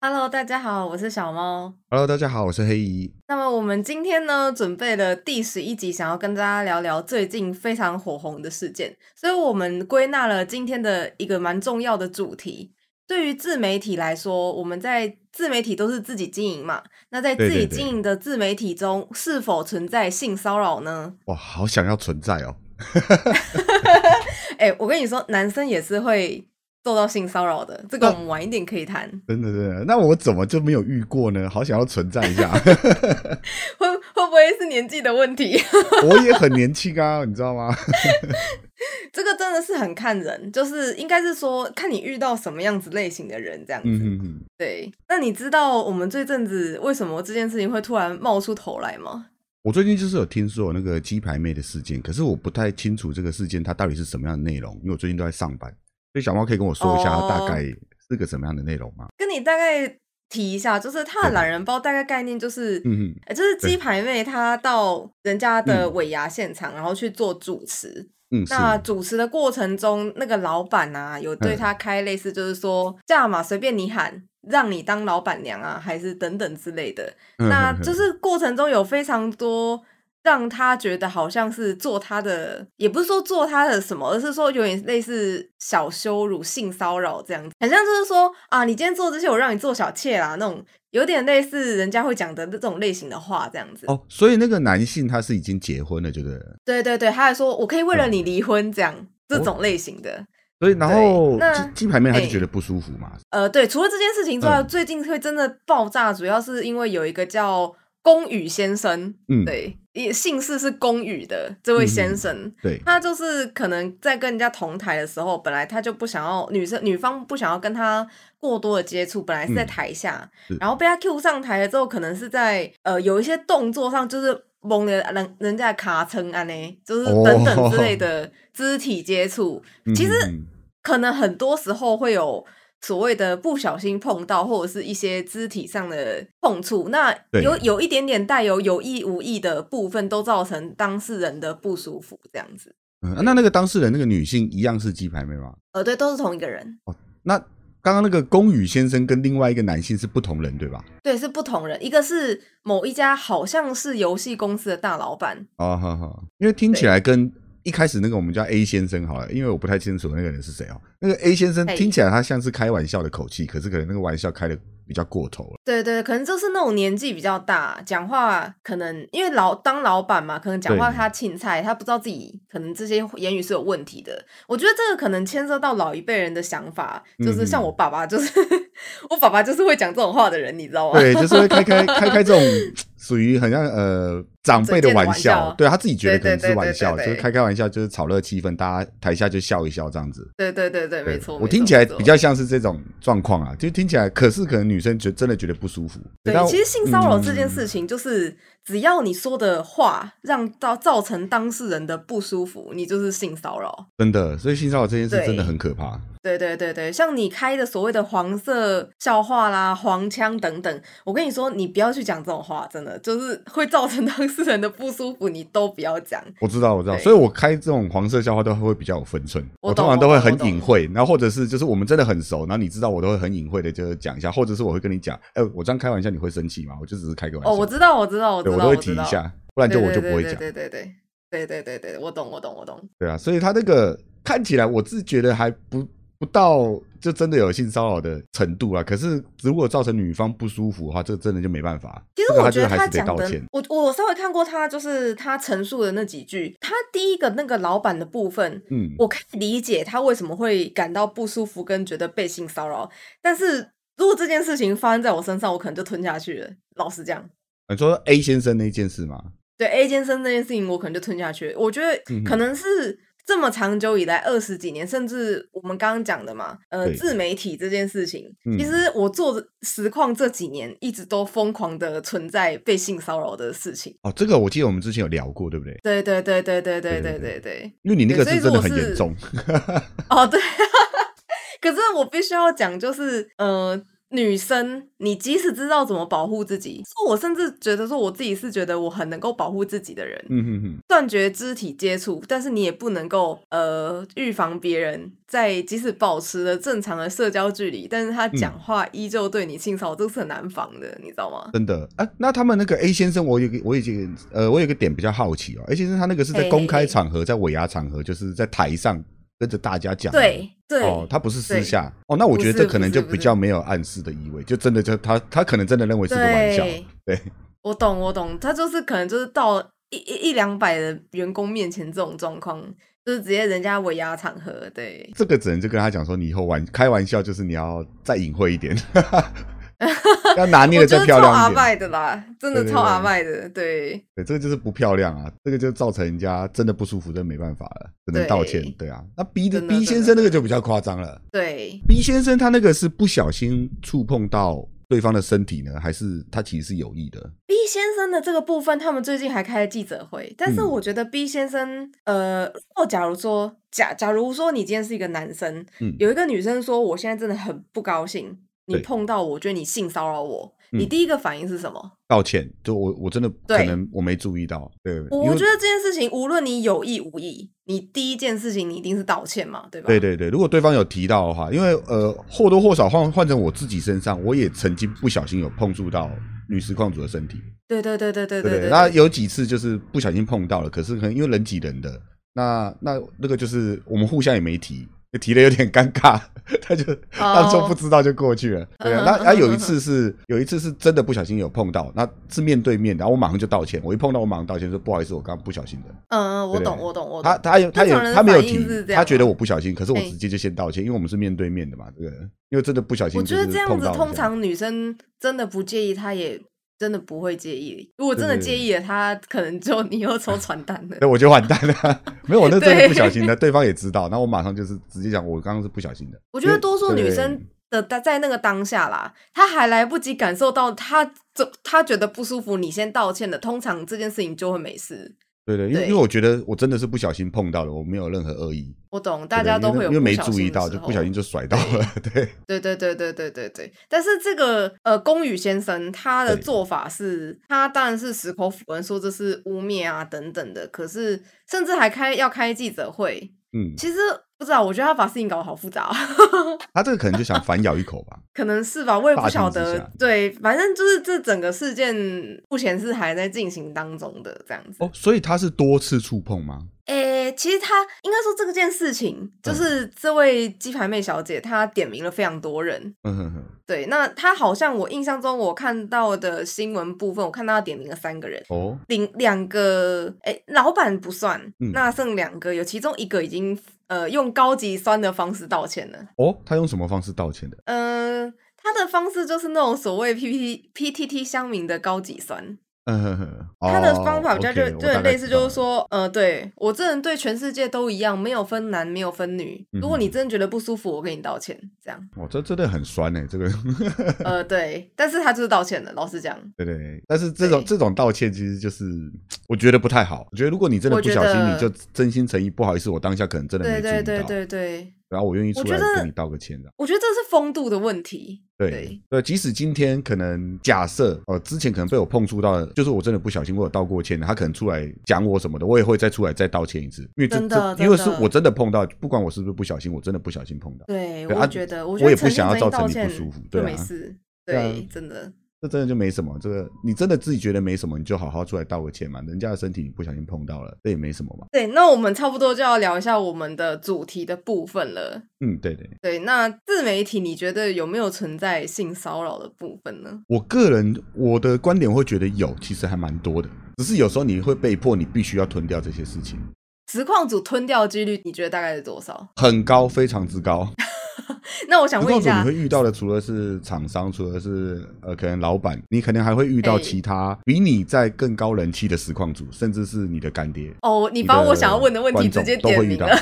Hello，大家好，我是小猫。 Hello，大家好，我是黑衣。那么我们今天呢，准备了第十一集，想要跟大家聊聊最近非常火红的事件，所以我们归纳了今天的一个蛮重要的主题。对于自媒体来说，我们在自媒体都是自己经营嘛，那在自对己对对经营的自媒体中，是否存在性骚扰呢？哇，好想要存在哦。哎、我跟你说，男生也是会受到性骚扰的，这个那我们晚一点可以谈。 真的，真的，那我怎么就没有遇过呢？好想要存在一 下，会会不会是年纪的问题？我也很年轻啊，你知道吗？这个真的是很看人，就是应该是说看你遇到什么样子类型的人这样子。嗯哼哼，对，那你知道我们这阵子为什么这件事情会突然冒出头来吗？我最近就是有听说有那个鸡排妹的事件，可是我不太清楚这个事件它到底是什么样的内容，因为我最近都在上班，所以小猫可以跟我说一下哦它大概是个什么样的内容吗？跟你大概提一下，就是他的对懒人包大概概念就是，嗯哼，呃就是鸡排妹她到人家的嗯尾牙现场，然后去做主持，嗯，是，那主持的过程中，那个老板啊，有对嗯他开类似就是说价码随便你喊，让你当老板娘啊，还是等等之类的。嗯那哼就哼是过程中有非常多让他觉得好像是做他的，也不是说做他的什么，而是说有点类似小羞辱、性骚扰这样子，很像就是说啊，你今天做这些，我让你做小妾啦，那种有点类似人家会讲的那种类型的话这样子。哦，所以那个男性他是已经结婚了，就对了。对对对，他还说我可以为了嗯你离婚这样。这哦种类型的，所以然后那鸡鸡排妹她就哎觉得不舒服嘛，呃，对，除了这件事情之外，嗯最近会真的爆炸，主要是因为有一个叫宫羽先生，嗯，对，也姓氏是宫羽的这位先生，对，他就是可能在跟人家同台的时候，本来他就不想要女生女方不想要跟他过多的接触，本来是在嗯台下，是然后被他 Q 上台了之后，可能是在呃有一些动作上就是。蒙了人人家的卡称啊呢，就是哦等等之类的肢体接触，其实嗯可能很多时候会有所谓的不小心碰到，或者是一些肢体上的碰触，那对有有一点点带有有意无意的部分，都造成当事人的不舒服，这样子。嗯嗯那那个当事人那个女性一样是鸡排妹吗？呃，对，都是同一个人，那刚刚那个宫羽先生跟另外一个男性是不同人，对吧？对，是不同人，一个是某一家好像是游戏公司的大老板，哦，好好，因为听起对来跟一开始那个我们叫 A 先生好了，因为我不太清楚那个人是谁哦。那个 A 先生哎听起来他像是开玩笑的口气，可是可能那个玩笑开的比较过头了。对对，可能就是那种年纪比较大，讲话可能因为老当老板嘛，可能讲话对他青菜，他不知道自己可能这些言语是有问题的。我觉得这个可能牵涉到老一辈人的想法，就是像嗯嗯我爸爸，就是 我爸爸就是会讲这种话的人，你知道吗？对，就是会开开开开这种属于很像呃长辈的嘴贱玩的玩笑笑，对他自己觉得可能对对是玩对笑，对对就是开开玩笑，就是炒热气氛，大家台下就笑一笑这样子。对对对对，没对错。我没听错起来没错比较像是这种状况啊，就听起来，可是可能女生觉真的觉得不舒服。但对，我其实性骚扰这件嗯事情，就是只要你说的话让到造成当事人的不舒服，你就是性骚扰。嗯真的，所以性骚扰这件事真对的很可怕。对对对对，像你开的所谓的黄色笑话啦、黄腔等等，我跟你说，你不要去讲这种话，真的就是会造成当事人的不舒服，你都不要讲。我知道，我知道，对所以我开这种黄色笑话都会比较有分寸。我我懂通常都会我很懂隐晦，然后或者是就是我们真的很熟，然后你知道我都会很隐晦的就是讲一下，或者是我会跟你讲，哎、我这样开玩笑你会生气吗？我就只是开个玩笑，哦，我知道，我知道，我知对道，我都会知提道一，下，不然就我就不会讲。对对对对对对对对对对，我懂，我懂，我懂。对啊，所以他那个看起来我自觉得还不不到就真的有性骚扰的程度啊，可是如果造成女方不舒服的话，这真的就没办法。其实这个我他觉就得是还他是得讲道的歉，。我我稍微看过他，就是他陈述的那几句，他第一个那个老板的部分，嗯，我可以理解他为什么会感到不舒服跟觉得被性骚扰，但是如果这件事情发生在我身上，我可能就吞下去了。老实讲，你说 A 先生那件事吗？对 A 先生这件事情，我可能就吞下去了。我觉得嗯哼可能是这么长久以来二十几年，甚至我们刚刚讲的嘛，呃，对自媒体这件事情，嗯其实我做实况这几年一直都疯狂的存在被性骚扰的事情。哦，这个我记得我们之前有聊过，对不对？对对对对对对对对对对对。 因为你那个对是所以真如果的很是严重， 哦，对。可是我必须要讲，就是呃，女生，你即使知道怎么保护自己，我甚至觉得说我自己是觉得我很能够保护自己的人，嗯哼哼，断绝肢体接触，但是你也不能够呃预防别人在即使保持了正常的社交距离，但是他讲话依旧对你性骚扰，这是很难防的，你知道吗？真的。哎、那他们那个 A 先生，我有个我有一个呃，我有一个点比较好奇哦。A 先生他那个是在公嘿嘿开嘿场合，在尾牙场合，就是在台上跟着大家讲。。对对、哦，他不是私对下哦，那我觉不得这是可能不就是比不是较没有暗示的意味，就真的就他他可能真的认为是个玩笑，对对，我懂我懂，他就是可能就是到一一一两百的员工面前这种状况，就是直接人家尾牙场合，对，这个只能就跟他讲说，你以后玩开玩笑就是你要再隐晦 一点，要拿捏我的觉再得漂超阿亮一点。拜的啦，真对的对超对阿拜的，对对，这个就是不漂亮啊，这个就造成人家真的不舒服，真的没办法了，只能对道歉。对啊，那 B 的真的 B 真先的生那个就比较夸张了对， ，B 先生他那个是不小心触碰到对方的身体呢，还是他其实是有意的？ B 先生的这个部分，他们最近还开了记者会，但是嗯我觉得 B 先生，呃，如果假如说假假如说你今天是一个男生，嗯有一个女生说我现在真的很不高兴，你对碰到我，觉得你性骚扰我，你嗯第一个反应是什么？道歉，就我我真的可对能我没注意到，对，我因我为觉得这件事情，无论你有意无意，你第一件事情你一定是道歉嘛，对吧？对对对，如果对方有提到的话，因为呃或多或少换换成我自己身上，我也曾经不小心有碰触到女实况主的身体，对对对对对对对对， 那有几次就是不小心碰到了，可是可能因为人挤人的，那那那个就是我们互相也没提，就提的有点尴尬，他就当做不知道就过去了。对啊，哦嗯那嗯那嗯有一嗯次是有一次是真的不小心有碰到，那是面对面的，然后我马上就道歉，我一碰到我马上道歉说不好意思，我刚刚不小心的。嗯，嗯我对懂对我懂我懂他。他有他正有常人的他没有反提应是，这样他觉得吗哎我不小心，可是我嘿直接就先道歉，因为我们是面对面的嘛，这个因为真的不小心我觉就得是这样碰子到，了通这样常女生真的不介意，她也真的不会介意。如果真的对对介意了，她可能就 你又抽传单了。对，我就完蛋了。 没有，我那真的对不小心的，对方也知道，那我马上就是直接讲，我刚刚是不小心的。我觉得因为多数女对生的在在那个当下啦，她还来不及感受到她这她觉得不舒服，你先道歉了，通常这件事情就会没事。对对，因为对因为我觉得我真的是不小心碰到了，我没有任何恶意，我懂，大家都会对对有因为因为没不小注心意的到，时就候不小心就甩到了。 对，对对对对对对对，但是这个呃，宫羽先生他的对做法是，他当然是矢口否认说这是污蔑啊等等的，可是甚至还开要开记者会。嗯，其实不知道，我觉得他把事情搞得好复杂，啊他这个可能就想反咬一口吧。 可能是吧，我也不霸晓凌之得下。对，反正就是这整个事件目前是还在进行当中的这样子。哦，所以他是多次触碰吗？诶、其实他应该说这件事情，就嗯是这位鸡排妹小姐她点名了非常多人，嗯哼哼，对，那他好像我印象中我看到的新闻部分，我看到他点名了三个人，哦，领两个，哎，老板不算，嗯那剩两个，有其中一个已经呃用高级酸的方式道歉了，哦，他用什么方式道歉的？嗯、他的方式就是那种所谓 P P P T T 乡民的高级酸，嗯哼哼，他的哦方法比较就 OK，我就大很概类似，知道就是了，说，呃，对我这人对全世界都一样，没有分男，没有分女，如果你嗯哼真的觉得不舒服，我跟你道歉，这样，哦，这真的很酸哎，这个。 呃，对，但是他就是道歉了，老实讲，对对，但是这种对这种道歉其实就是我觉得不太好。我觉得如果你真的我不觉小心，得你就真心诚意，不好意思，我当下可能真的对没注意到，对对对对。然后我愿意出我来觉得跟你道个歉的。我觉得这是风度的问题。对对对，即使今天可能假设呃之前可能被我碰触到的，就是我真的不小心我有道过歉的，他可能出来讲我什么的，我也会再出来再道歉一次，因为这真的这因为真是的我真的碰到，不管我是不是不小心，我真的不小心碰到，对，对我啊觉得，我我觉得也不诚心想诚要意造成道你不歉舒服就对没啊事。对啊对，真的，这真的就没什么。这个你真的自己觉得没什么，你就好好出来道个歉嘛，人家的身体你不小心碰到了，这也没什么嘛。对。那我们差不多就要聊一下我们的主题的部分了。嗯，对对。对，那自媒体你觉得有没有存在性骚扰的部分呢？我个人我的观点会觉得有，其实还蛮多的，只是有时候你会被迫，你必须要吞掉这些事情，实况组吞掉的几率，你觉得大概是多少？很高，非常之高。那我想不问告一诉你下，会遇到的，除了是厂商，除了是呃可能老板，你可能还会遇到哎其他比你在更高人气的实况组，甚至是你的干爹。哦，你你把的我想要问的问题观直众接都点会遇名到了。，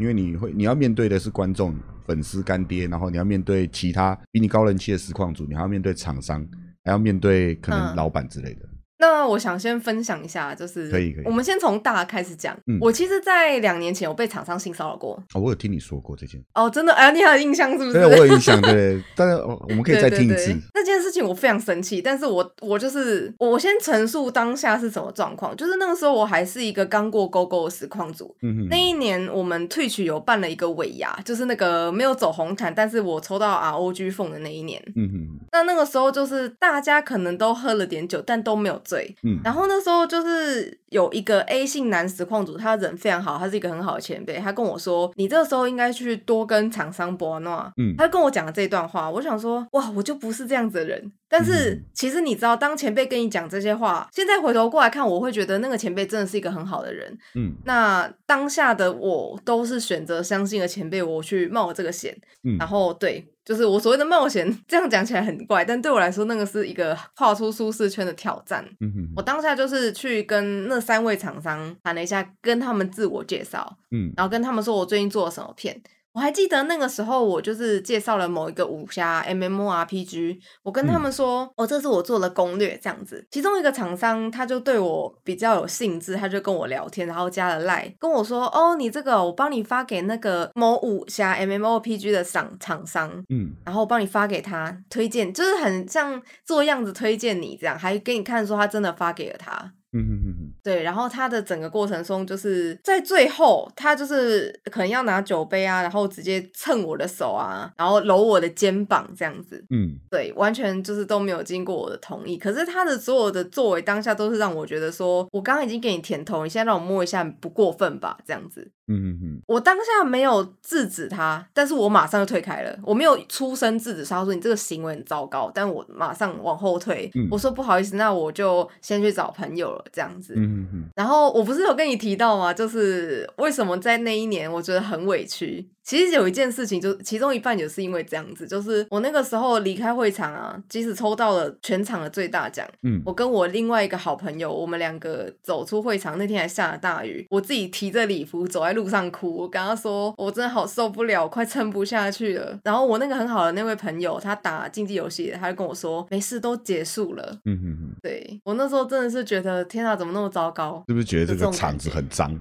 因为你会你要面对的是观众、粉丝、干爹，然后你要面对其他比你高人气的实况组，你还要面对厂商，还要面对可能嗯老板之类的。那我想先分享一下，就是可以可以我们先从大开始讲。嗯我其实，在两年前我被厂商性骚扰过。哦，我有听你说过这件，哦，真的，哎、你还有印象是不是？对，啊我有印象，对， 但是哦我们可以再听一对对次对。那件事情我非常生气，但是我我就是我先陈述当下是什么状况，就是那个时候我还是一个刚过勾勾的实况组。嗯那哼，一年我们退取有办了一个尾牙，就是那个没有走红毯，但是我抽到 ROG 凤的那一年。嗯哼，那那个时候就是大家可能都喝了点酒，但都没有醉。嗯，然后那时候就是有一个 A 姓男实况组，他人非常好，他是一个很好的前辈。他跟我说：“你这个时候应该去多跟厂商博啊诺。”嗯他跟我讲了这段话，我想说：“哇，我就不是这样子的人。”但是嗯其实你知道，当前辈跟你讲这些话，现在回头过来看，我会觉得那个前辈真的是一个很好的人。嗯那当下的我都是选择相信了前辈，我去冒了这个险。嗯，然后对，就是我所谓的冒险， 这样讲起来很怪，但对我来说，那个是一个跨出舒适圈的挑战。嗯哼，我当下就是去跟那三位厂商谈了一下，跟他们自我介绍，嗯然后跟他们说我最近做了什么片。我还记得那个时候，我就是介绍了某一个武侠 MMORPG，我跟他们说，哦，这是我做的攻略这样子。其中一个厂商他就对我比较有兴致，他就跟我聊天，然后加了赖跟我说，哦，你这个我帮你发给那个某武侠 MMORPG 的厂厂商，嗯然后我帮你发给他推荐，就是很像做样子推荐你这样，还给你看说他真的发给了他。嗯哼嗯对，然后他的整个过程中，就是在最后，他就是可能要拿酒杯啊，然后直接蹭我的手啊，然后揉我的肩膀这样子，嗯对，完全就是都没有经过我的同意。可是他的所有的作为当下都是让我觉得说，我刚刚已经给你甜头，你现在让我摸一下，不过分吧？这样子，嗯嗯我当下没有制止他，但是我马上就退开了，我没有出声制止他，我说你这个行为很糟糕，但我马上往后退，嗯我说不好意思，那我就先去找朋友了，这样子。嗯嗯然后我不是有跟你提到吗？就是为什么在那一年我觉得很委屈。其实有一件事情就，其中一半也是因为这样子，就是我那个时候离开会场啊，即使抽到了全场的最大奖，嗯我跟我另外一个好朋友，我们两个走出会场那天还下了大雨，我自己提着礼服走在路上哭，我跟他说我真的好受不了，快撑不下去了。然后我那个很好的那位朋友，他打竞技游戏的，他就跟我说没事，都结束了。嗯嗯，对我那时候真的是觉得天啊，怎么那么糟糕？是不是觉得这个场子很脏？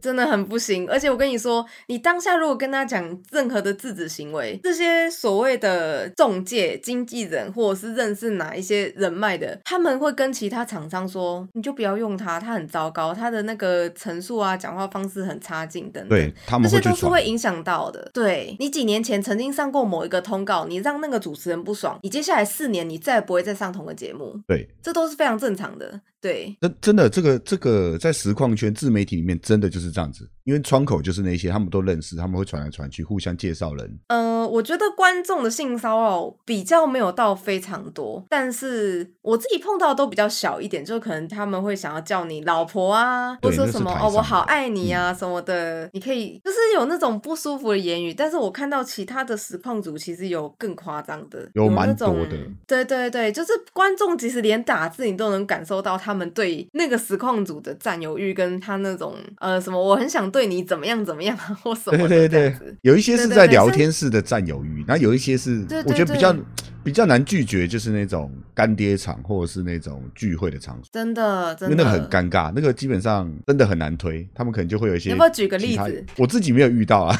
真的很不行。而且我跟你说，你当下如果跟他讲任何的制止行为，这些所谓的中介、经纪人或者是认识哪一些人脉的，他们会跟其他厂商说，你就不要用他，他很糟糕，他的那个陈述啊、讲话方式很差劲等等。对他这们些会去都是闯会，影响到的。对你几年前曾经上过某一个通告，你让那个主持人不爽，你接下来四年你再也不会再上同个节目，对，这都是非常正常的。对，那真的这个这个在实况圈自媒体里面真的就是这样子，因为窗口就是那些他们都认识，他们会传来传去，互相介绍人。呃，我觉得观众的性骚扰比较没有到非常多，但是我自己碰到都比较小一点，就可能他们会想要叫你老婆啊，或对者说那什是么台哦，我上好的嗯爱你啊、什么的，你可以就是有那种不舒服的言语。但是我看到其他的实况组其实有更夸张的，有蛮那种多的对对对，就是观众其实连打字你都能感受到他们对那个实况组的占有欲，跟他那种呃什么我很想对你怎么样怎么样啊或什么对的对这样对子，有一些是对对在对聊所以天式的占有欲，然后有一些是对对我觉得比较对比较难拒绝，就是那种干爹场或者是那种聚会的场所，真的真因的为那个很尴尬，那个基本上真的很难推，他们可能就会有一些。你要不要举个其他例子？我自己没有遇到啊，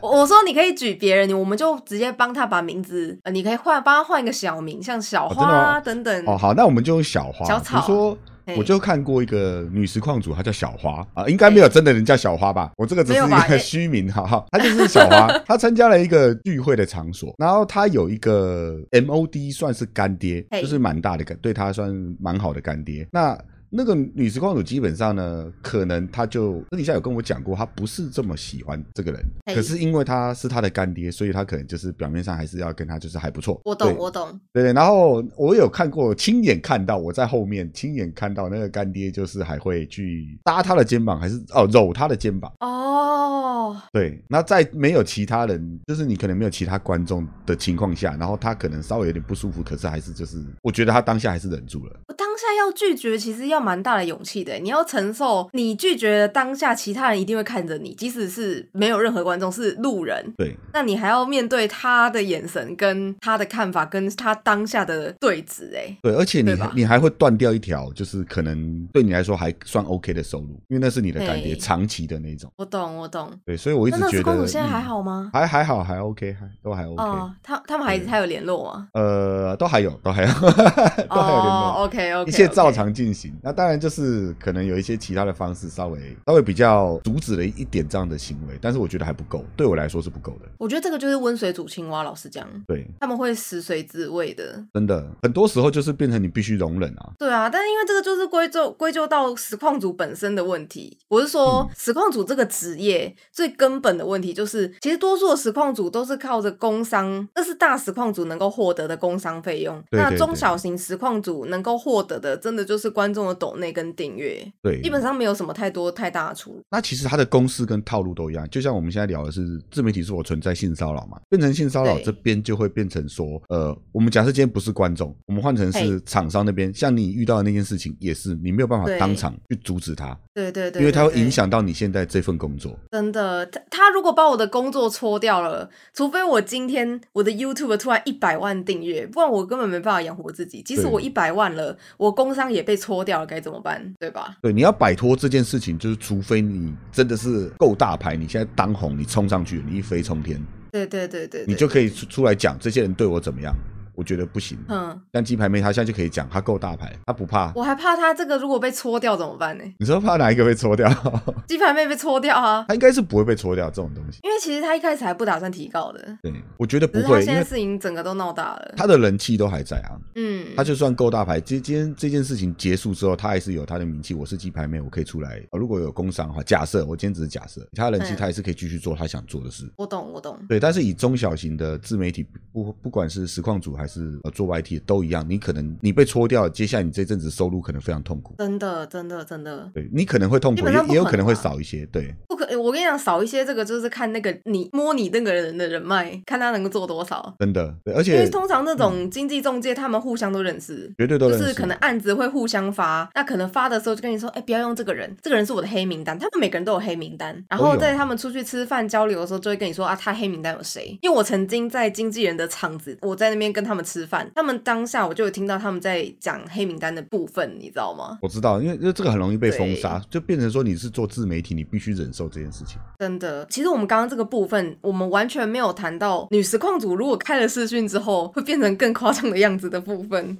我我说你可以举别人，你我们就直接帮他把名字，呃、你可以换帮他换一个小名，像小哦真花、的吗啊等等。 哦，好，那我们就用小花。小比草如说嘿，我就看过一个女实况主，她叫小花啊，应该没有真的人叫小花吧？我这个只是没有一吧个也虚名，哈哈。她就是小 花，她参加了一个聚会的场所，然后她有一个 MOD 算是干爹，嘿就是蛮大的干，对她算蛮好的干爹。那那个女实况主基本上呢，可能她就私底下有跟我讲过，她不是这么喜欢这个人，嘿可是因为她是她的干爹，所以她可能就是表面上还是要跟她就是还不错。我懂对我懂，对，然后我有看过，亲眼看到，我在后面亲眼看到那个干爹，就是还会去搭他的肩膀，还是哦揉他的肩膀。哦，对，那在没有其他人，就是你可能没有其他观众的情况下，然后他可能稍微有点不舒服，可是还是就是，我觉得他当下还是忍住了。我当下要拒绝，其实要蛮大的勇气的。你要承受你拒绝的当下，其他人一定会看着你，即使是没有任何观众，是路人，对，那你还要面对他的眼神、跟他的看法、跟他当下的对峙。哎，对，而且你对吧你还会断掉一条，就是可能对你来说还算 OK 的收入，因为那是你的感觉，对长期的那种。我懂，我懂。对，所以我一直那乐觉子得公主现在还嗯好吗？还还好，还 OK，还都还 OK，、哦，他他们还对还有联络吗？呃，都还有，都还有， 都还有联络。哦，OK OK，一切照。常进行。那当然就是可能有一些其他的方式，稍微稍微比较阻止了一点这样的行为，但是我觉得还不够，对我来说是不够的。我觉得这个就是温水煮青蛙，老实讲，对，他们会食髓知味的。真的，很多时候就是变成你必须容忍啊。对啊，但是因为这个就是归咎归咎到实况组本身的问题。我是嗯说，实况组这个职业最根本的问题就是，其实多数的实况组都是靠着工商，那是大实况组能够获得的工商费用。对对那对中小型实况组能够获得的，真的就是观众的抖内跟订阅，对，基本上没有什么太多太大的出入。那其实它的公式跟套路都一样，就像我们现在聊的是自媒体是否存在性骚扰嘛？变成性骚扰对这边就会变成说，呃，我们假设今天不是观众，我们换成嘿是厂商那边，像你遇到的那件事情也是，你没有办法对当场去阻止他，对对对因为它会对对影响到你现在这份工作。真的，他他如果把我的工作戳掉了，除非我今天我的 YouTube 突然一百万订阅，不然我根本没办法养活自己。即使对我一百万了，我工商也被戳掉了，该怎么办？对吧？对，你要摆脱这件事情，就是除非你真的是够大牌，你现在当红，你冲上去，你一飞冲天，对对对对你对，就可以出出来讲这些人对我怎么样。我觉得不行，嗯，但鸡排妹她现在就可以讲，她够大牌，她不怕。我还怕他这个如果被戳掉怎么办呢？你说怕哪一个被搓掉？ 鸡排妹被戳掉啊，他应该是不会被搓掉这种东西。因为其实他一开始还不打算提告的，对，我觉得只不是他会，因现在为事情整个都闹大了。他的人气都还在啊。嗯，他就算够大牌，今今天这件事情结束之后，他还是有他的名气。我是鸡排妹，我可以出来。呃如果有工伤的话，假设我今天只是假设，他的人气嗯他还是可以继续做他想做的事。我懂我懂，对，但是以中小型的自媒体，不不管是实况组还是呃做 YT 都一样，你可能你被搓掉，接下来你这阵子收入可能非常痛苦。真的真的真的对你可能会痛基苦，本也上不也有可可能能会吧少一些。对，不可，我跟你讲，少一些这个就是看那个你摸你那个人的人脉，看他能够做多少。真的，对而因为且通常那种经济中介，他们互相都认识，绝对嗯都就认识。是可能案子会互相发，那可能发的时候就跟你说，哎、不要用这个人，这个人是我的黑名单。他们每个人都有黑名单，然后有在他们出去吃饭交流的时候，就会跟你说啊，他黑名单有谁？因为我曾经在经纪人的场子，我在那边跟他们吃饭，他们当下我就有听到他们在讲黑名单的部分，你知道吗？我知道，因为因为这个很容易被封杀，就变成说你是做自媒体，你必须忍受这件事情。真的，其实我们刚刚这个部分，我们完全没有谈到女实况组如果开了视讯之后会变成更夸张的样子的部 分。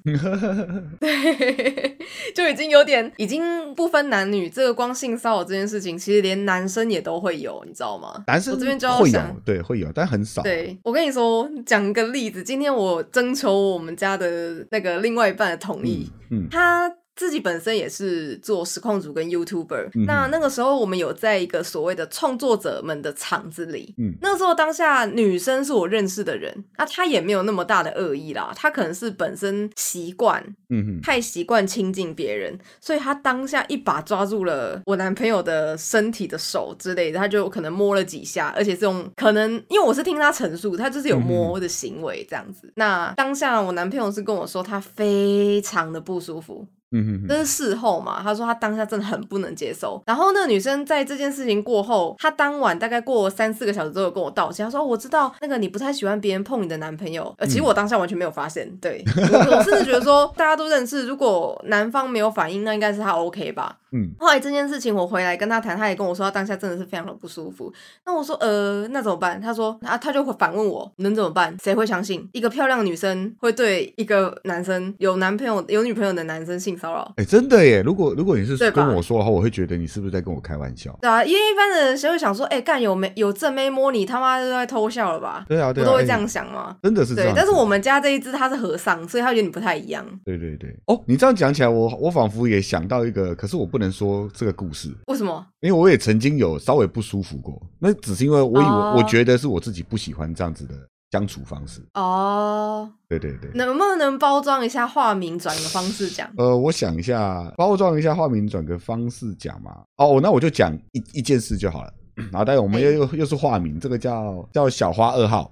对，就已经有点已经不分男女，这个光性骚扰这件事情，其实连男生也都会有，你知道吗？男生我这边就要会有想，对，会有，但很少。，对，我跟你说，讲一个例子，今天我征求我们家的那个另外一半的同意，嗯嗯，他自己本身也是做实况组跟 YouTuber、嗯哼那那个时候我们有在一个所谓的创作者们的场子里，嗯那个时候当下女生是我认识的人，那她也没有那么大的恶意啦，她可能是本身习惯嗯嗯，太习惯亲近别人，所以她当下一把抓住了我男朋友的身体的手之类的，她就可能摸了几下，而且这种可能因为我是听她陈述，她就是有摸的行为这样子。那当下我男朋友是跟我说他非常的不舒服，嗯嗯这是嗯，事后嘛，他说他当下真的很不能接受。然后那个女生在这件事情过后，她当晚大概过三四个小时之后有跟我道歉，她说哦我知道那个你不太喜欢别人碰你的男朋友，呃，其实嗯我当下完全没有发现。对我，我甚至觉得说大家都认识，如果男方没有反应，那应该是他 OK 吧。嗯，后来这件事情我回来跟他谈，他也跟我说他当下真的是非常的不舒服。那我说呃，那怎么办？他说啊，他就会反问我能怎么办？谁会相信一个漂亮的女生会对一个男生有男朋友有女朋友的男生性骚扰？哎、真的耶！如果如果你是对吧跟我说的话，我会觉得你是不是在跟我开玩笑？对啊，因为一般的人谁会想说，哎、干有没有正妹摸你，他妈都在偷笑了吧？对啊，不对啊，都会哎这样想吗？真的是这对样，子。但是我们家这一只它是和尚，所以它有点不太一样。对对对，哦，你这样讲起来，我我仿佛也想到一个，可是我不能说这个故事，为什么？因为我也曾经有稍微不舒服过，那只是因为我以为、哦我觉得是我自己不喜欢这样子的相处方式。哦，对对对，能不能包装一下化名转的方式 讲？呃，我想一下，包装一下化名转个方式讲嘛。哦，那我就讲 一一件事就好了。然后，但我们又又又是化名，这个叫叫小花二号，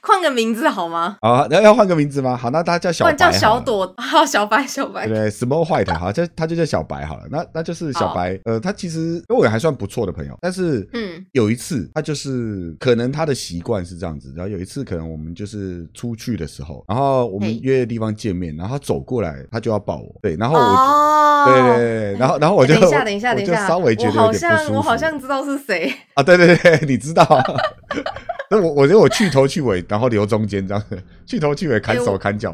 换个名字好吗？啊，那要换个名字吗？好，那他叫小不白然叫好小了，朵， 好、小白小白对，对，Small White，好，叫他就叫小白好了。那那就是小白，呃，他其实跟我还算不错的朋友，但是哦嗯有一次，他就是可能他的习惯是这样子，然后有一次可能我们就是出去的时候，然后我们嘿约的地方见面，然后他走过来，他就要抱我，对，然后我就、哦，哎对对对，然后然后我就、等一下，等一下，等一我下，就稍微觉得我好有点不舒像服，我好像知道是谁，啊，对对对，你知道、 啊，那我我觉得我去头去尾，然后留中间这样，去头去尾砍哎手我砍脚，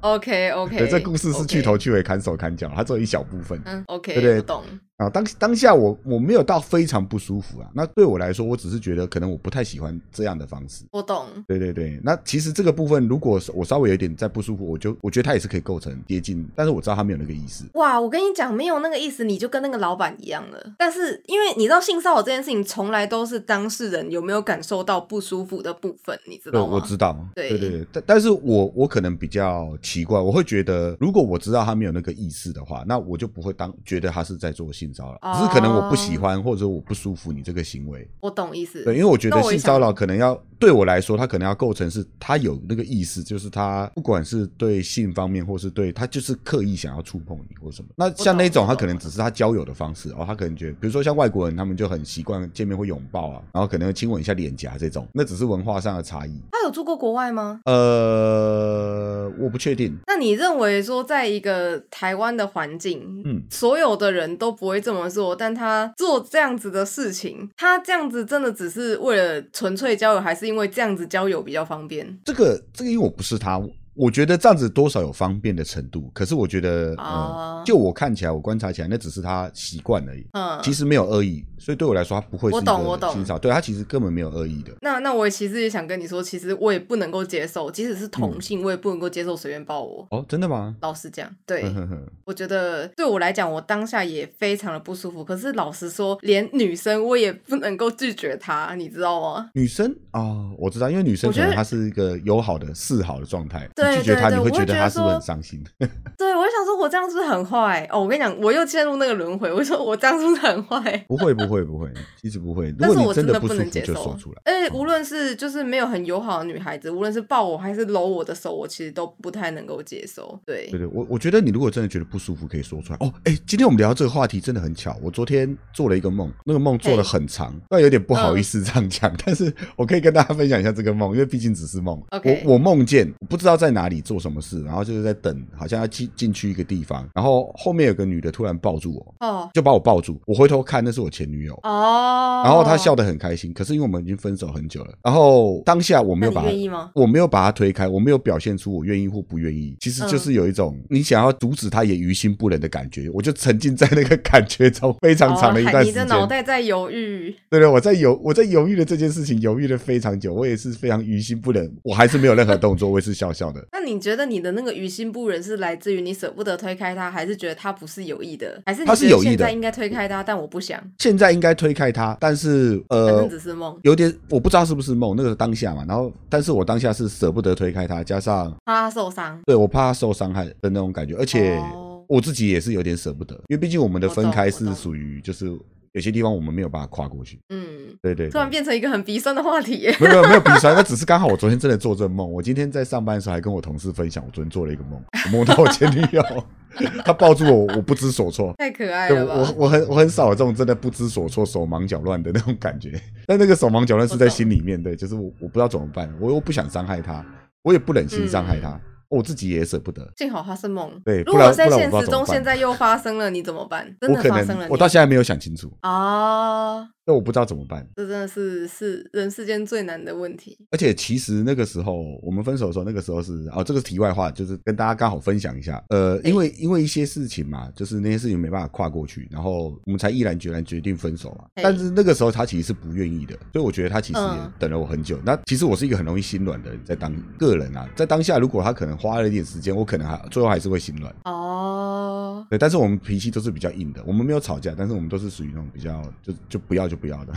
OK OK，对，这故事是去头去尾砍手砍脚，它只有一小部分。嗯，OK，对对我懂。啊，当当下我我没有到非常不舒服啊，那对我来说，我只是觉得可能我不太喜欢这样的方式。我懂，对对对，那其实这个部分，如果是我稍微有点再不舒服，我就我觉得他也是可以构成接近，但是我知道他没有那个意思。哇！我跟你讲，没有那个意思，你就跟那个老板一样了。但是，因为你知道性骚扰这件事情，从来都是当事人有没有感受到不舒服的部分，你知对，道吗？我知道。对对对，但但是我我可能比较奇怪，我会觉得，如果我知道他没有那个意思的话，那我就不会当觉得他是在做性骚扰，哦只是可能我不喜欢或者我不舒服你这个行为。我懂意思。对，因为我觉那得我也性想骚扰可能要对我来说，他可能要构成是他有那个意思，就是他不管是对性方面，或是对他就是刻意想要触碰你或什么。那像那种我懂他可能只是他交友的方式哦，他可能觉得，比如说像外国人，他们就很习惯见面会拥抱啊，然后可能会亲吻一下脸颊这种，那只是文化上的差异。他有住过国外吗？呃，我不确定。那你认为说，在一个台湾的环境，嗯所有的人都不会这么做，但他做这样子的事情，他这样子真的只是为了纯粹交友，还是因为这样子交友比较方便？这个这个，因为我不是他，我觉得这样子多少有方便的程度。可是我觉得，哦呃，就我看起来，我观察起来，那只是他习惯而已。嗯，其实没有恶意，所以对我来说，他不会是我一懂我个懂欣赏。对他其实根本没有恶意的。那那我其实也想跟你说，其实我也不能够接受，即使是嗯同性，我也不能够接受随便抱我。哦，真的吗？老实讲，对、呵呵呵我觉得对我来讲，我当下也非常的不舒服。可是老实说，连女生我也不能够拒绝她，你知道吗？ 女生哦，我知道，因为女生我可觉得能她是一个友好的、示好的状态，对你拒绝她，对对我你会会觉觉得得她是不是说很伤心？ 对，我就想说，我这样是不是很坏？哦，我跟你讲，我又陷入那个轮回。我说我这样是不是很坏？不会，不会，不会，其实不会。如但果是你我真的不舒能服，接就受说出来。。而且无论是就是没有很友好的女孩子，无论是抱我还是搂我的手，我其实都不太能够接受。对对，对，我我觉得你如果真的觉得不舒服，可以说出来。哦，哎，今天我们聊这个话题真的很巧。我昨天做了一个梦，那个梦做了嘿很长，但有点不好嗯意思这样讲，但是我可以跟大家分享一下这个梦，因为毕竟只是梦。 OK 我我梦见不知道在哪里做什么事，然后就是在等，好像要进进去一个地方，然后后面有个女的突然抱住我，哦就把我抱住，我回头看那是我前女友。哦，然后她笑得很开心，可是因为我们已经分手很久了，然后当下我那没有你把她愿意吗？我没有把他推开，我没有表现出我愿意或不愿意，嗯其实就是有一种你想要阻止他也于心不忍的感觉。我就沉浸在那个感觉中非常长的一哦段你时的间。脑袋在犹豫，对对，我在犹我在犹豫的这件事情犹豫了非常久，我也是非常于心不忍，我还是没有任何动作，我也是笑笑的。那你觉得你的那个于心不忍是来自于你舍不得推开他，还是觉得他不是有意的，还是你他是觉得有意的现在应该推开他，但我不想，现在应该推开他，但是反呃正，只是梦有点我不知道是不是梦，那个当下嘛，然后但是我当下是舍不得推开他，加上怕他受伤。对我怕他受伤害的那种感觉，而且哦我自己也是有点舍不得，因为毕竟我们的分我开懂我是懂属于就是有些地方我们没有办法跨过去，嗯，对对突然对。变成一个很鼻酸的话题 耶。 没有没有没有鼻酸，那只是刚好我昨天真的做这梦。我今天在上班的时候还跟我同事分享，我昨天做了一个梦，我梦到我前女友， 她抱住我，我不知 所措。太可爱对了我我哎吧！我很我很少有这种真的不知所措、手忙脚乱的那种感觉。但那个手忙脚乱是在心里面，对，就是我我不知道怎么办，我又不想伤害她，我也不忍心伤嗯害她，我自己也舍不得。幸好它是梦。对如不然果在不然我现不知道实怎么中办现在又发生了，你怎么办？真我的可发生了能你，我到现在还没有想清楚，啊，但我不知道怎么办。这真的是是人世间最难的问题。而且其实那个时候我们分手的时候，那个时候是哦，这个是题外话，就是跟大家刚好分享一下。呃，因为因为一些事情嘛，就是那些事情没办法跨过去，然后我们才毅然决然决定分手嘛。嘿但是那个时候他其实是不愿意的，所以我觉得他其实也嗯等了我很久。那其实我是一个很容易心软的人，在当个人啊，在当下如果他可能花了一点时间，我可能还最后还是会心软。哦，对，但是我们脾气都是比较硬的，我们没有吵架，但是我们都是属于那种比较就就不要就不要的。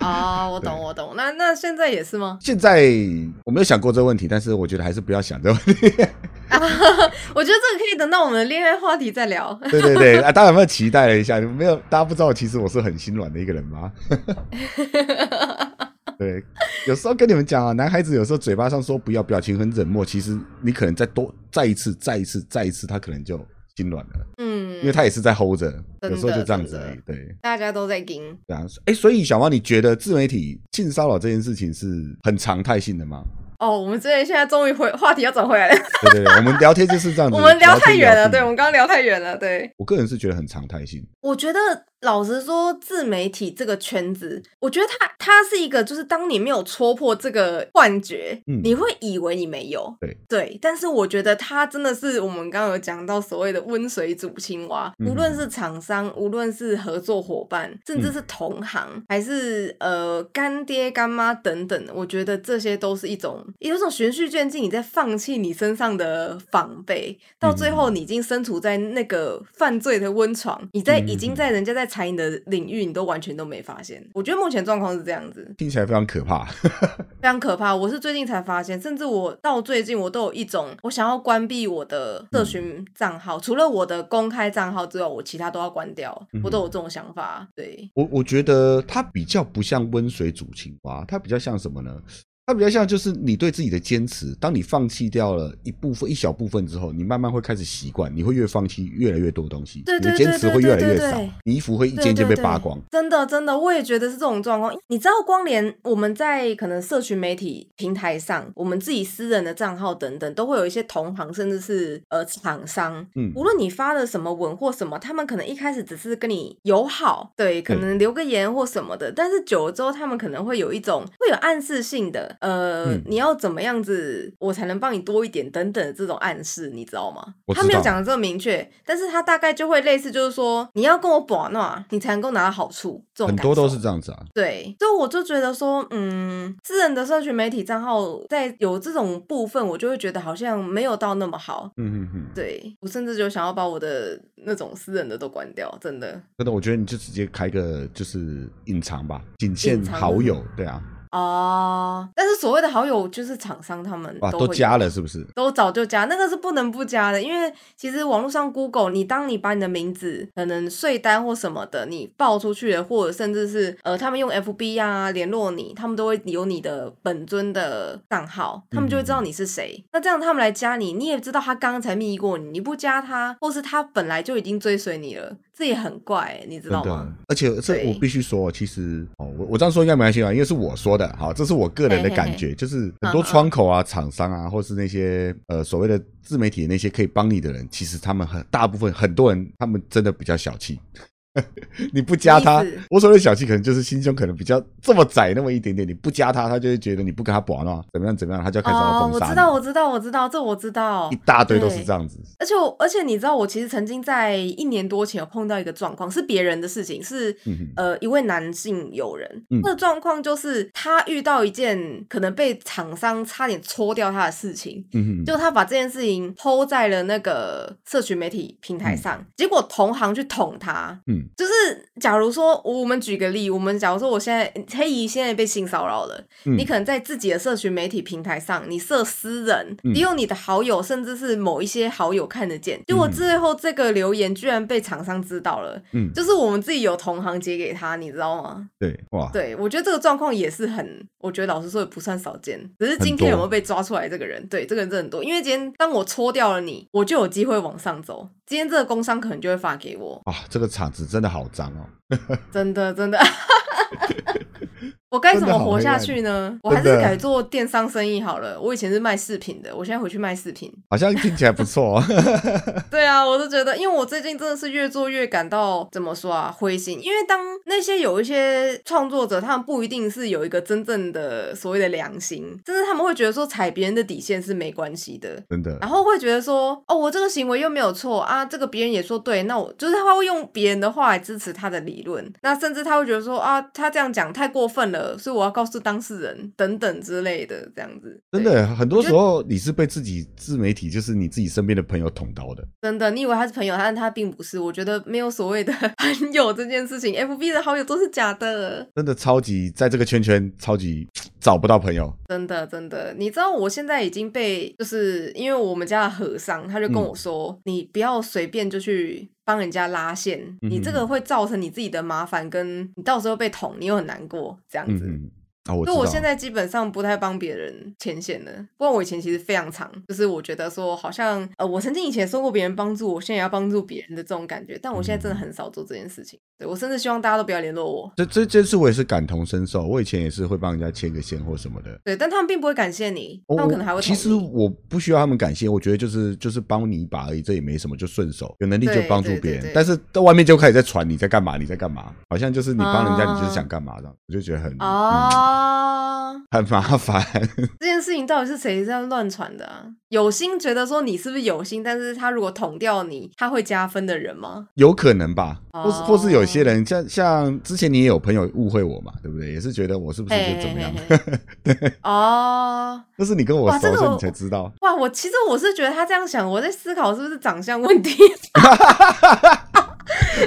啊，我懂，我懂。那那现在也是吗？ 现在我没有想过这个问题，但是我觉得还是不要想这个 问题。我觉得这个可以等到我们的恋爱话题再聊。对对对，啊，大家有没有期待了一下？没有， 大家不知道，其实我是很心软的一个人吗？对，有时候跟你们讲啊，男孩子有时候嘴巴上说不要，表情很冷漠，其实你可能再多再一次、再一次、再一次，他可能就心软了，嗯，因为他也是在 hold 着，真的有时候就这样子真的而已。对，大家都在盯。对啊。哎，所以小猫，你觉得自媒体性骚扰这件事情是很常态性的吗？哦，我们之前现在终于回话题要转回来了，对对对，我们聊天嗯就是这样 子。我们聊太远了，天对，我们刚刚聊太远了，对。我个人是觉得很常态性。我觉得老实说，自媒体这个圈子，我觉得它它是一个，就是当你没有戳破这个幻觉，嗯你会以为你没有。对但是我觉得它真的是我们刚刚有讲到所谓的温水煮青蛙，嗯无论是厂商，无论是合作伙伴，甚嗯至是同行，还是呃干爹干妈等等，我觉得这些都是一种有一种循序渐进，你在放弃你身上的防备，到最后嗯你已经身处在那个犯罪的温床，你在嗯已经嗯在人家在踩你的领域，你都完全都没发现。我觉得目前状况是这样子，听起来非常可怕，非常可怕。我是最近才发现，甚至我到最近我都有一种我想要关闭我的嗯社群账号，除了我的公开账号之外，我其他都要关掉。嗯我都有这种想法，对， 我我觉得它比较不像温水煮青蛙，它比较像什么呢？它比较像就是你对自己的坚持，当你放弃掉了一部分、一小部分之后，你慢慢会开始习惯，你会越放弃越来越多东西，对对你的坚持会越来对对越对少对，你衣服会一件一件被扒光。对对对真的，真的，我也觉得是这种状况。你知道，光连我们在可能社群媒体平台上，我们自己私人的账号等等，都会有一些同行甚至是呃厂商。嗯无论你发了什么文或什么，他们可能一开始只是跟你友好，对，可对能留个言或什么的，但是久了之后，他们可能会有一种会有暗示性的，呃，嗯你要怎么样子，我才能帮你多一点等等的这种暗示，你知道吗？我他知没有道讲的这么明确，但是他大概就会类似，就是说你要跟我把闹，你才能够拿到好处，这种很感多都受是这样子啊，对，所以我就觉得说，嗯，私人的社群媒体账号在有这种部分，我就会觉得好像没有到那么好。嗯嗯嗯，对我甚至就想要把我的那种私人的都关掉，真的真的，我觉得你就直接开个就是隐藏吧，仅限隐藏好友，对啊，哦。但是所谓的好友就是厂商他们哇，都都会加有了是不是？都早就加，那个是不能不加的，因为其实网络上 Google，你当你把你的名字可能税单或什么的，你报出去了，或者甚至是呃，他们用 FB 啊联络你，他们都会有你的本尊的账号，他们就会知道嗯你是谁。那这样他们来加你，你也知道他刚刚才密过你，你不加他，或是他本来就已经追随你了，这也很怪、欸你知真道的吗？，而且这对我必须说，其实哦，我我这样说应该没关系吧，因为是我说的，好，这是我个人的感觉，就是嗯很多窗口啊、厂商啊，或是那些呃所谓的自媒体那些可以帮你的人，其实他们很大部分很多人，他们真的比较小气。 你不加他什么意思，我所谓的小气，可能就是心胸可能比较这么窄那么一点点。你不加他，他就会觉得你不跟他玩了，怎么样怎么样，他就要开始要哦，封我杀知你。道，我知道，我知道，这我知道一。大堆都是对这样子。而且我，而且你知道，我其实曾经在一年多前有碰到一个状况，是别人的事情，是、嗯哼呃一位男性友人，嗯那状况就是他遇到一件可能被厂商差点搓掉他的事情，嗯哼，就他把这件事情抛在了那个社群媒体平台上，结果同行去捅他。嗯，就是假如说，我们举个例，我们假如说我现在黑姨现在被性骚扰了，嗯你可能在自己的社群媒体平台上，你设私人，嗯只有你的好友甚至是某一些好友看得见，结果嗯最后这个留言居然被厂商知道了，嗯就是我们自己有同行截给他，你知道吗？对，哇，对，我觉得这个状况也是很，我觉得老实说也不算少见，只是今很多天有没有被抓出来这个人，对，这个人真的很多，因为今天当我戳掉了你，我就有机会往上走，今天这个工商可能就会发给我，啊，这个场子真的好脏哦。真的真的。 我该怎么活下去呢？我还是哦真的改做电商生意好了。我以前是卖饰品的，我现在回去卖饰品。好像听起来不错、哦。对啊，我都觉得，因为我最近真的是越做越感到怎么说啊，灰心。因为当那些有一些创作者，他们不一定是有一个真正的所谓的良心，就是他们会觉得说踩别人的底线是没关系的。真的然后会觉得说，哦，我这个行为又没有错啊，这个别人也说对，那我就是他会用别人的话来支持他的理论，那甚至他会觉得说啊，他这样讲太过分了，所以我要告诉当事人等等之类的，这样子。真对的，很多时候你是被自己自媒体，就是你自己身边的朋友捅刀的。真的，你以为他是朋友，但他并不是。我觉得没有所谓的 朋友这件事情，FB 的好友都是假的，真的超级在这个圈圈超级找不到朋友，真的真的。你知道我现在已经被，就是因为我们家的和尚，他就嗯跟我说，你不要随便就去帮人家拉线，嗯你这个会造成你自己的麻烦，跟你到时候被捅，你又很难过，这样嗯子。嗯，啊，我所知以我道现在基本上不太帮别人牵线了，不然我以前其实非常长，就是我觉得说好像呃，我曾经以前说过别人帮助我，现在也要帮助别人的这种感觉，但我现在真嗯的很少做这件事情。对我甚至希望大家都不要联络我，这这这次我也是感同身受，我以前也是会帮人家牵个线或什么的。对，但他们并不会感谢你，我他们可能还会我其实同意我不需要他们感谢，我觉得就是就是帮你一把而已，这也没什么，就顺手，有能力就对帮助对别人对对。但是到外面就开始在传你在干嘛，你在干嘛，好像就是你帮人家，啊你就是想干嘛这样，我就觉得很、嗯、啊、很麻烦。这件事情到底是谁在乱传的、啊？有心觉得说你是不是有心，但是他如果捅掉你，他会加分的人吗？有可能吧，或是哦或是有些人像像之前你也有朋友误会我嘛，对不对？也是觉得我是不是就怎么样？嘿嘿 嘿嘿哦，那是你跟我哇熟这了个所以你我才知道。哇，我其实我是觉得他这样想，我在思考是不是长 相问题。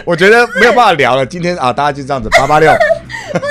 我觉得没有办法聊了，今天啊，大家就这样子八八六。等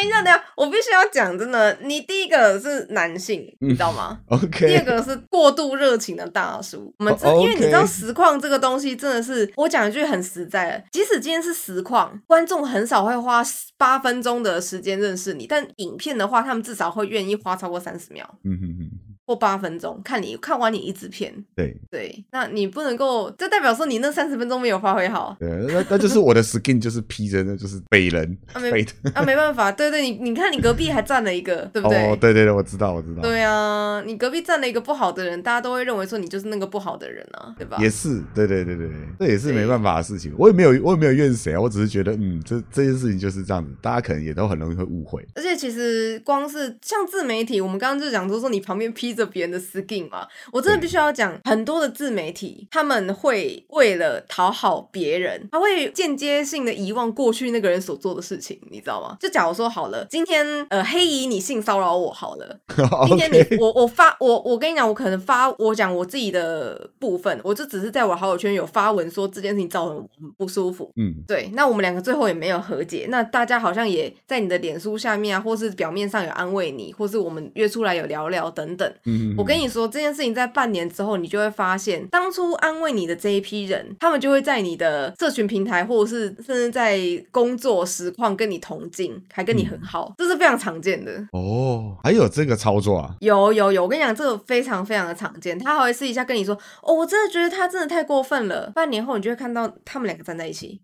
一下，等一下，我必须要讲，真的，你第一个是男性，你知道吗？ 第二嗯 OK，个是过度热情的大叔，我们真哦因为你 OK 知道实况这个东西真的是，我讲一句很实在的，即使今天是实况，观众很少会花八分钟的时间认识你，但影片的话，他们至少会愿意花超过三十秒嗯哼哼，或八分钟，看你看完你一支片。对对，那你不能够，这代表说你那三十分钟没有发挥好，对，呃那那就是我的 skin 就是披着那就是北人啊没北的。 啊，没办法，对对，你你看你隔壁还站了一 个，对不对？哦，对对对，我知道我知道，对啊，你隔壁站了一个不好的人，大家都会认为说你就是那个不好的人啊，对吧？也是对对对对对，这也是对没办法的事情。我也没有我也没有怨谁啊，我只是觉得嗯，这这件事情就是这样子，大家可能也都很容易会误会。 而且其实光是像自媒体，我们刚刚就讲说说你旁边披着别人的 skin 嘛，我真的对必须要讲，很多的自媒体他们会为了讨好别人，他会间接性的遗忘过去那个人所做的事情，你知道吗？就假如说好了，今天呃黑姨你性骚扰我好了，今天 OK，你我我发我我跟你讲，我可能发我讲我自己的部分，我就只是在我好友圈有发文说这件事情造成我很不舒服，嗯，对，那我们两个最后也没有和解，那大家好像也在你的脸书下面啊，或是表面上有安慰你，或是我们约出来有聊聊等等。嗯我跟你你说，这件事情在半年之后，你就会发现，当初安慰你的这一批人，他们就会在你的社群平台，或者是甚至在工作实况跟你同进，还跟你嗯很好，这是非常常见的。哦，还有这个操作啊，有有有，我跟你讲，这个非常非常的常见。他还会私底下跟你说，哦，我真的觉得他真的太过分了。半年后，你就会看到他们两个站在一起。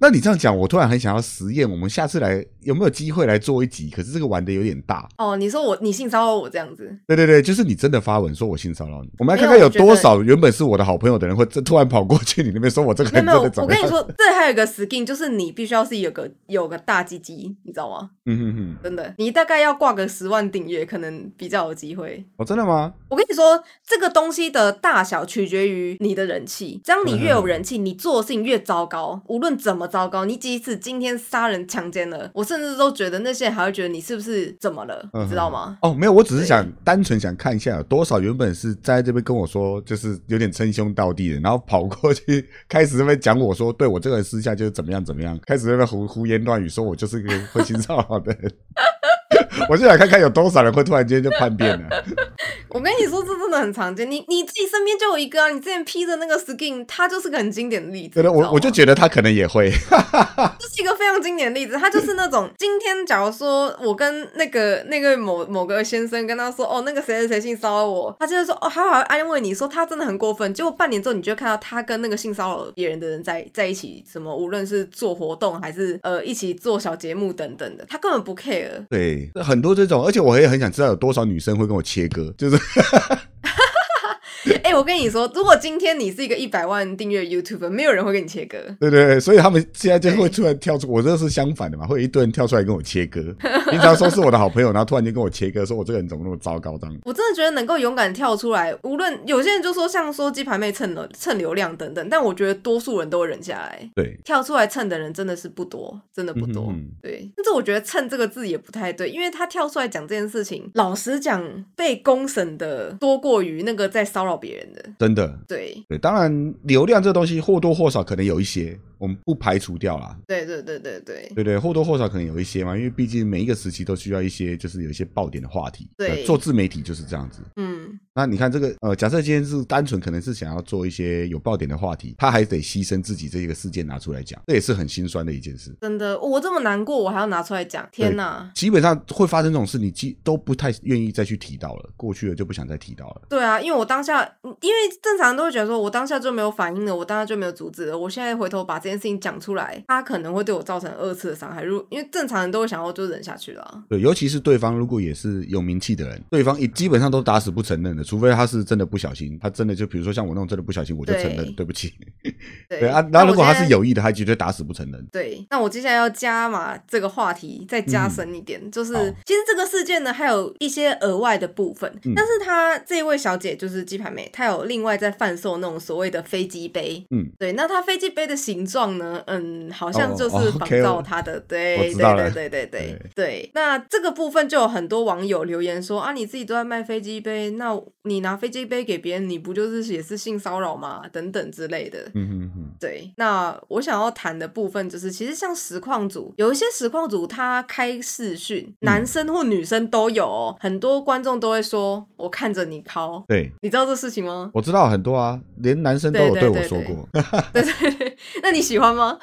那你这样讲，我突然很想要实验，我们下次来有没有机会来做一集？可是这个玩的有点大。哦，你说我你性骚扰我这样子，对对对，就是你真的发文说我性骚扰你，我们来没有看看有我觉得多少原本是我的好朋友的人会这突然跑过去你那边说 我这个没有人没真有，的怎我么跟样你？说，这还有一个 skin，就是你必须要是有个有个大鸡鸡，你知道吗？嗯哼哼，真的，你大概要挂个十万订阅，可能比较有机会。哦，真的吗？我跟你说，这个东西的大小取决于你的人气。只要你越有嗯人气，你做的事情越糟糕，无论怎么糟糕，你即使今天杀人强奸了，我甚至都觉得那些人还会觉得你是不是怎么了，嗯你知道吗？哦，没有，我只是对想单纯想看一下有多少原本是在这边跟我说就是有点称兄道弟的，然后跑过去开始在那边讲我说对我这个人私下就是怎么样怎么样，开始在那边胡胡言乱语说我就是个会性骚扰的人。 我就想看看有多少人会突然间就叛变 了。我跟你说，这真的很常见。你你自己身边就有一个啊，你之前披的那个 skin，它就是个很经典的例子。对的，你知道我我就吗觉得他可能也会。这是一个非常经典的例子，他就是那种今天假如说我跟那个那个某某个先生跟他说哦那个谁谁谁性骚扰我，他就会说哦他好像安慰你说他真的很过分，结果半年之后你就会看到他跟那个性骚扰别人的人在在一起，什么无论是做活动还是呃一起做小节目等等的，他根本不 care。 对，很多这种，而且我也很想知道有多少女生会跟我切割，就是哎、我跟你说，如果今天你是一个一百万订阅 YouTube，没有人会跟你切割。 对对对，所以他们现在就会突然跳出，我这是相反的嘛，会有一堆人跳出来跟我切割， 平常说是我的好朋友，然后突然间跟我切割，说我哦这个人怎么那么糟糕这样。我真的觉得能够勇敢跳出来，无论有些人就说像说鸡排妹蹭流蹭流量等等，但我觉得多数人都会忍下来。对，跳出来蹭的人真的是不多，真的不多。嗯哼哼对，但是我觉得“蹭”这个字也不太对，因为他跳出来讲这件事情，老实讲，被公审的多过于那个在骚扰别人的。真的，对，对，当然流量这东西或多或少可能有一些，我们不排除掉啦。对，对，对，对，对，对对，或多或少可能有一些嘛，因为毕竟每一个时期都需要一些，就是有一些爆点的话题。对呃做自媒体就是这样子。嗯，那你看这个呃，假设今天是单纯可能是想要做一些有爆点的话题，他还得牺牲自己这个事件拿出来讲，这也是很心酸的一件事。真的，我这么难过，我还要拿出来讲，天哪！基本上会发生这种事，你基都不太愿意再去提到了，过去了就不想再提到了。对啊，因为我当下，因为正常人都会觉得说，我当下就没有反应了，我当下就没有阻止了，我现在回头把这件事情讲出来，他可能会对我造成二次的伤害。如因为正常人都会想要就忍下去了。对，尤其是对方如果也是有名气的人，对方也基本上都打死不承认的，除非他是真的不小心，他真的就比如说像我那种真的不小心，我就承认对对不起。对对啊，然那后如我果他现是在有意的，他绝对打死不承认。对，那我接下来要加码这个话题，再加深一点，就是嗯好其实这个事件呢，还有一些额外的部分，嗯但是她这位小姐就是鸡排妹，她有另外在贩售那种所谓的飞机杯，嗯，对，那她飞机杯的形状呢，嗯，好像哦就是哦仿 OK，照我她的，我对，知对道对了对对对对对，那这个部分就有很多网友留言说啊，你自己都在卖飞机杯，那你拿飞机杯给别人，你不就是也是性骚扰吗？等等之类的，嗯哼哼。对，那我想要谈的部分就是，其实像实况组，有一些实况组他开视讯，嗯男生或女生都有、哦，很多观众都会说：“我看着你敲。对”，你知道这事情吗？ 我知道很多啊，连男生都有对对对我对说对过。对对对，那你喜欢吗？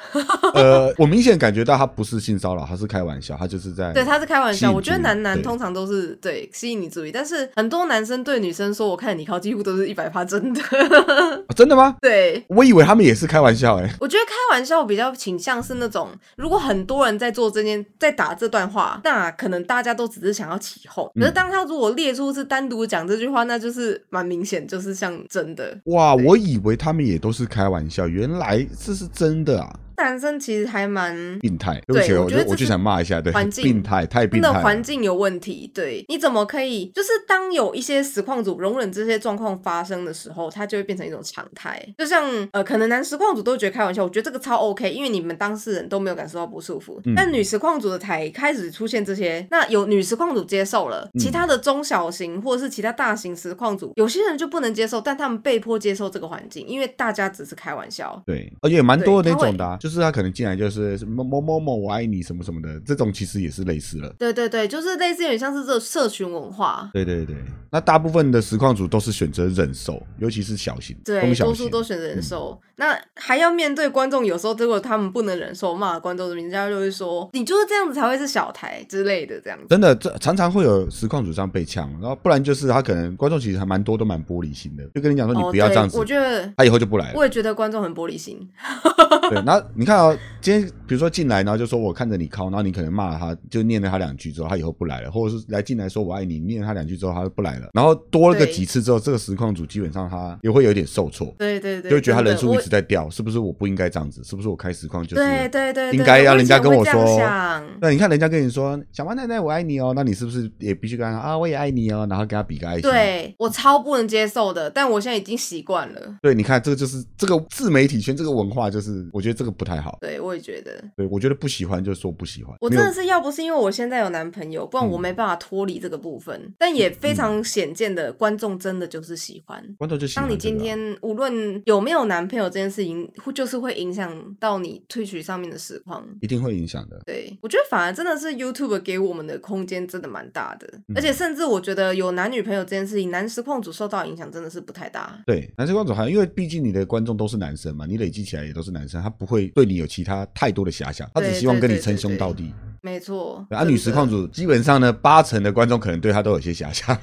呃，我明显感觉到他不是性骚扰，他是开玩笑，他就是在对，他是开玩吸笑。引我觉得注意男男对通常都是对吸引你注意，但是很多男生对女生说“我看着你敲”，几乎都是一百趴真的。 啊真的吗？对，我以为他们也是开玩笑哎、我觉得开玩笑比较倾向是那种，如果很多人在做这件，在打这段话，那可能大家都只是想要起哄。可是当他如果列出是单独讲这句话，那就是蛮明显，就是像真的。哇，对我以为他们也都是开玩笑，原来这是真的啊！男生其实还蛮病态，对不起，对我我觉得就我这就是想骂一下，对环，境 病态太真病态啊的了，环境有问题，对，你怎么可以？就是当有一些实况组容忍这些状况发生的时候，它就会变成一种常态。就像呃，可能男实况组都觉得开玩笑，我觉得这个超 OK，因为你们当事人都没有感受到不舒服。嗯但女实况组的才开始出现这些，那有女实况组接受了，嗯其他的中小型或者是其他大型实况组，有些人就不能接受，但他们被迫接受这个环境，因为大家只是开玩笑。对，而且也蛮多对那他会种的、啊，就是他可能进来就是什么某某某我爱你什么什么的，这种其实也是类似了。对对对，就是类似有点像是这种社群文化，对对对，那大部分的实况组都是选择忍受，尤其是小型，对中，小嗯多型数都选忍受，那还要面对观众，有时候如果他们不能忍受骂观众的名字，人家就会说你就是这样子才会是小台之类的这样子。真的，这常常会有实况主这样被呛，然后不然就是他可能观众其实还蛮多都蛮玻璃心的，就跟你讲说你哦不要这样对子，哎我觉得他以后就不来了。我也觉得观众很玻璃心， 对，然后你看啊、今天比如说进来，然后就说我看着你靠，然后你可能骂了他，就念了他两句之后，他以后不来了，或者是来进来说我爱你，念了他两句之后，他就不来了。然后多了个对几次之后，这个实况主基本上他也会有点受挫，对对对，就会觉得他真的人数一我直在掉，是不是我不应该这样子？是不是我开实况就是？对对对，应对该我要以人前家跟会我这样说想那你看人家跟你说“小猫奶奶，我爱你哦”，那你是不是也必须跟他说啊“我也爱你哦”，然后跟他比个爱心？对我超不能接受的，但我现在已经习惯了。对，你看，这个就是这个自媒体圈这个文化，就是我觉得这个不太好。对，我也觉得，对，我觉得不喜欢就说不喜欢，我没真有的是要不是因为我现在有男朋友，不然我嗯没办法脱离这个部分。但也非常显见的，观众真的就是喜欢。观众就喜欢、当这你个啊今天无论有没有男朋友这件事情，会就是会影响到你退取上面的实况。一定会影响的。对，我觉得反而真的是 YouTube 给我们的空间真的蛮大的，嗯而且甚至我觉得有男女朋友这件事情，男实况组受到影响真的是不太大。对，男生观众好像因为毕竟你的观众都是男生嘛，你累积起来也都是男生，他不会对你有其他太多的遐想，他只对希望对跟你对称对兄对道弟。没错，对啊，女实况组主基本上呢，八成的观众可能对他都有些 遐想，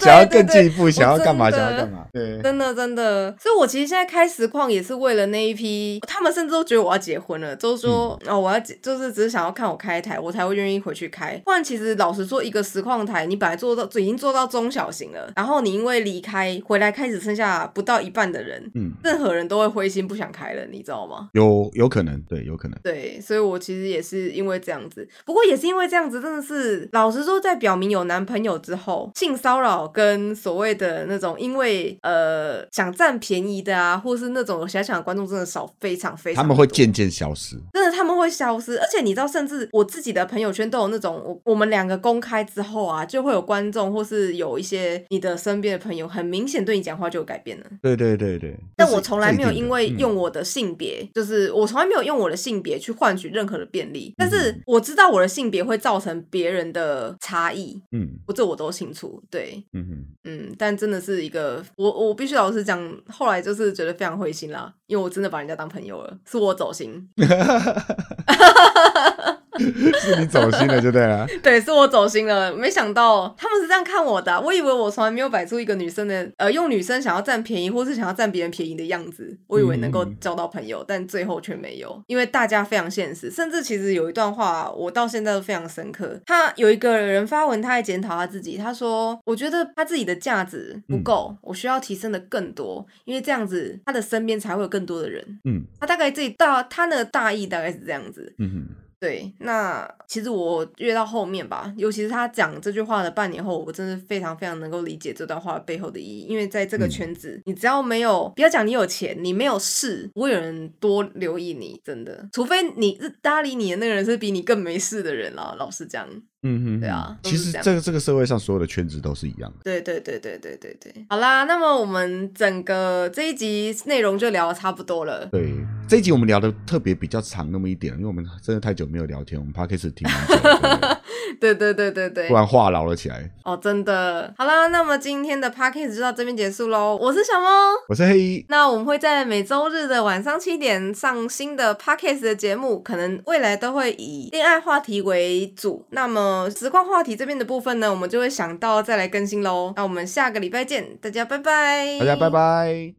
想要更进一步，想要干嘛，真想的要干嘛。对，真的真的，所以我其实现在开实况也是为了那一批，他们甚至都觉得我要结婚了，都说、哦我要结就是只是想要看我开台，我才会愿意回去开。不然其实老实说，一个实况台你本来做到已经做到中小型了，然后你因为离开回来开始剩下不到一半的人，嗯，任何人都会灰心不想开了，你知道吗？有有可能，对，有可能。对，所以我其实也是因为这样子，不过也是因为这样子，真的是老实说，在表明有男朋友之后，性骚扰跟所谓的那种因为呃想占便宜的啊，或是那种遐想的观众，真的少非常非常他多。们会渐渐消失。真的他们会消失，而且你知道，甚至我自己的朋友圈都有那种，我我们两个公开之后啊，就会有观众或是有一些你的身边的朋友，很明显对你讲话就有改变了。对对对对。但这是我从来没有因为、这一定的嗯用我的性别，就是我从来没有用我的性别去换取任何的便嗯利。但是我知道我的性别会造成别人的差异，嗯嗯我这我都清楚。助。对，嗯哼。嗯，但真的是一个，我我必须老实讲，后来就是觉得非常灰心啦，因为我真的把人家当朋友了，是我走心，是你走心了就 对了。对，是我走心了，没想到他们是这样看我的啊、我以为我从来没有摆出一个女生的，呃，用女生想要占便宜或是想要占别人便宜的样子，我以为能够嗯交到朋友，但最后却没有，因为大家非常现实，甚至其实有一段话我到现在都非常深刻，他有一个人发文，他在检讨他自己，他说，我觉得他自己的价值不嗯够，我需要提升的更多，因为这样子他的身边才会有更多的人。嗯他大概这一大他那个大意大概是这样子，嗯哼，对，那其实我越到后面吧，尤其是他讲这句话的半年后，我真的非常非常能够理解这段话背后的意义。因为在这个嗯圈子，你只要没有，不要讲你有钱，你没有事，不会有人多留意你，真的。除非你是搭理你的那个人是比你更没事的人啦，老实讲。嗯哼，对啊都其是实这样这个这个社会上所有的圈子都是一样的。对对对对对对对。好啦，那么我们整个这一集内容就聊的差不多了。 对，这一集我们聊的特别比较长那么一点，因为我们真的太久没有聊天，我们 podcast 听蛮久的，对对对对对对不。然话痨了起来。哦，真的。好啦，那么今天的 p a c k a g e 就到这边结束喽。我是小猫。我是黑衣，那我们会在每周日的晚上七点上新的 podcast 的节目，可能未来都会以恋爱话题为主。那么实况话题这边的部分呢，我们就会想到再来更新喽。那我们下个礼拜见，大家拜拜，大家拜。拜。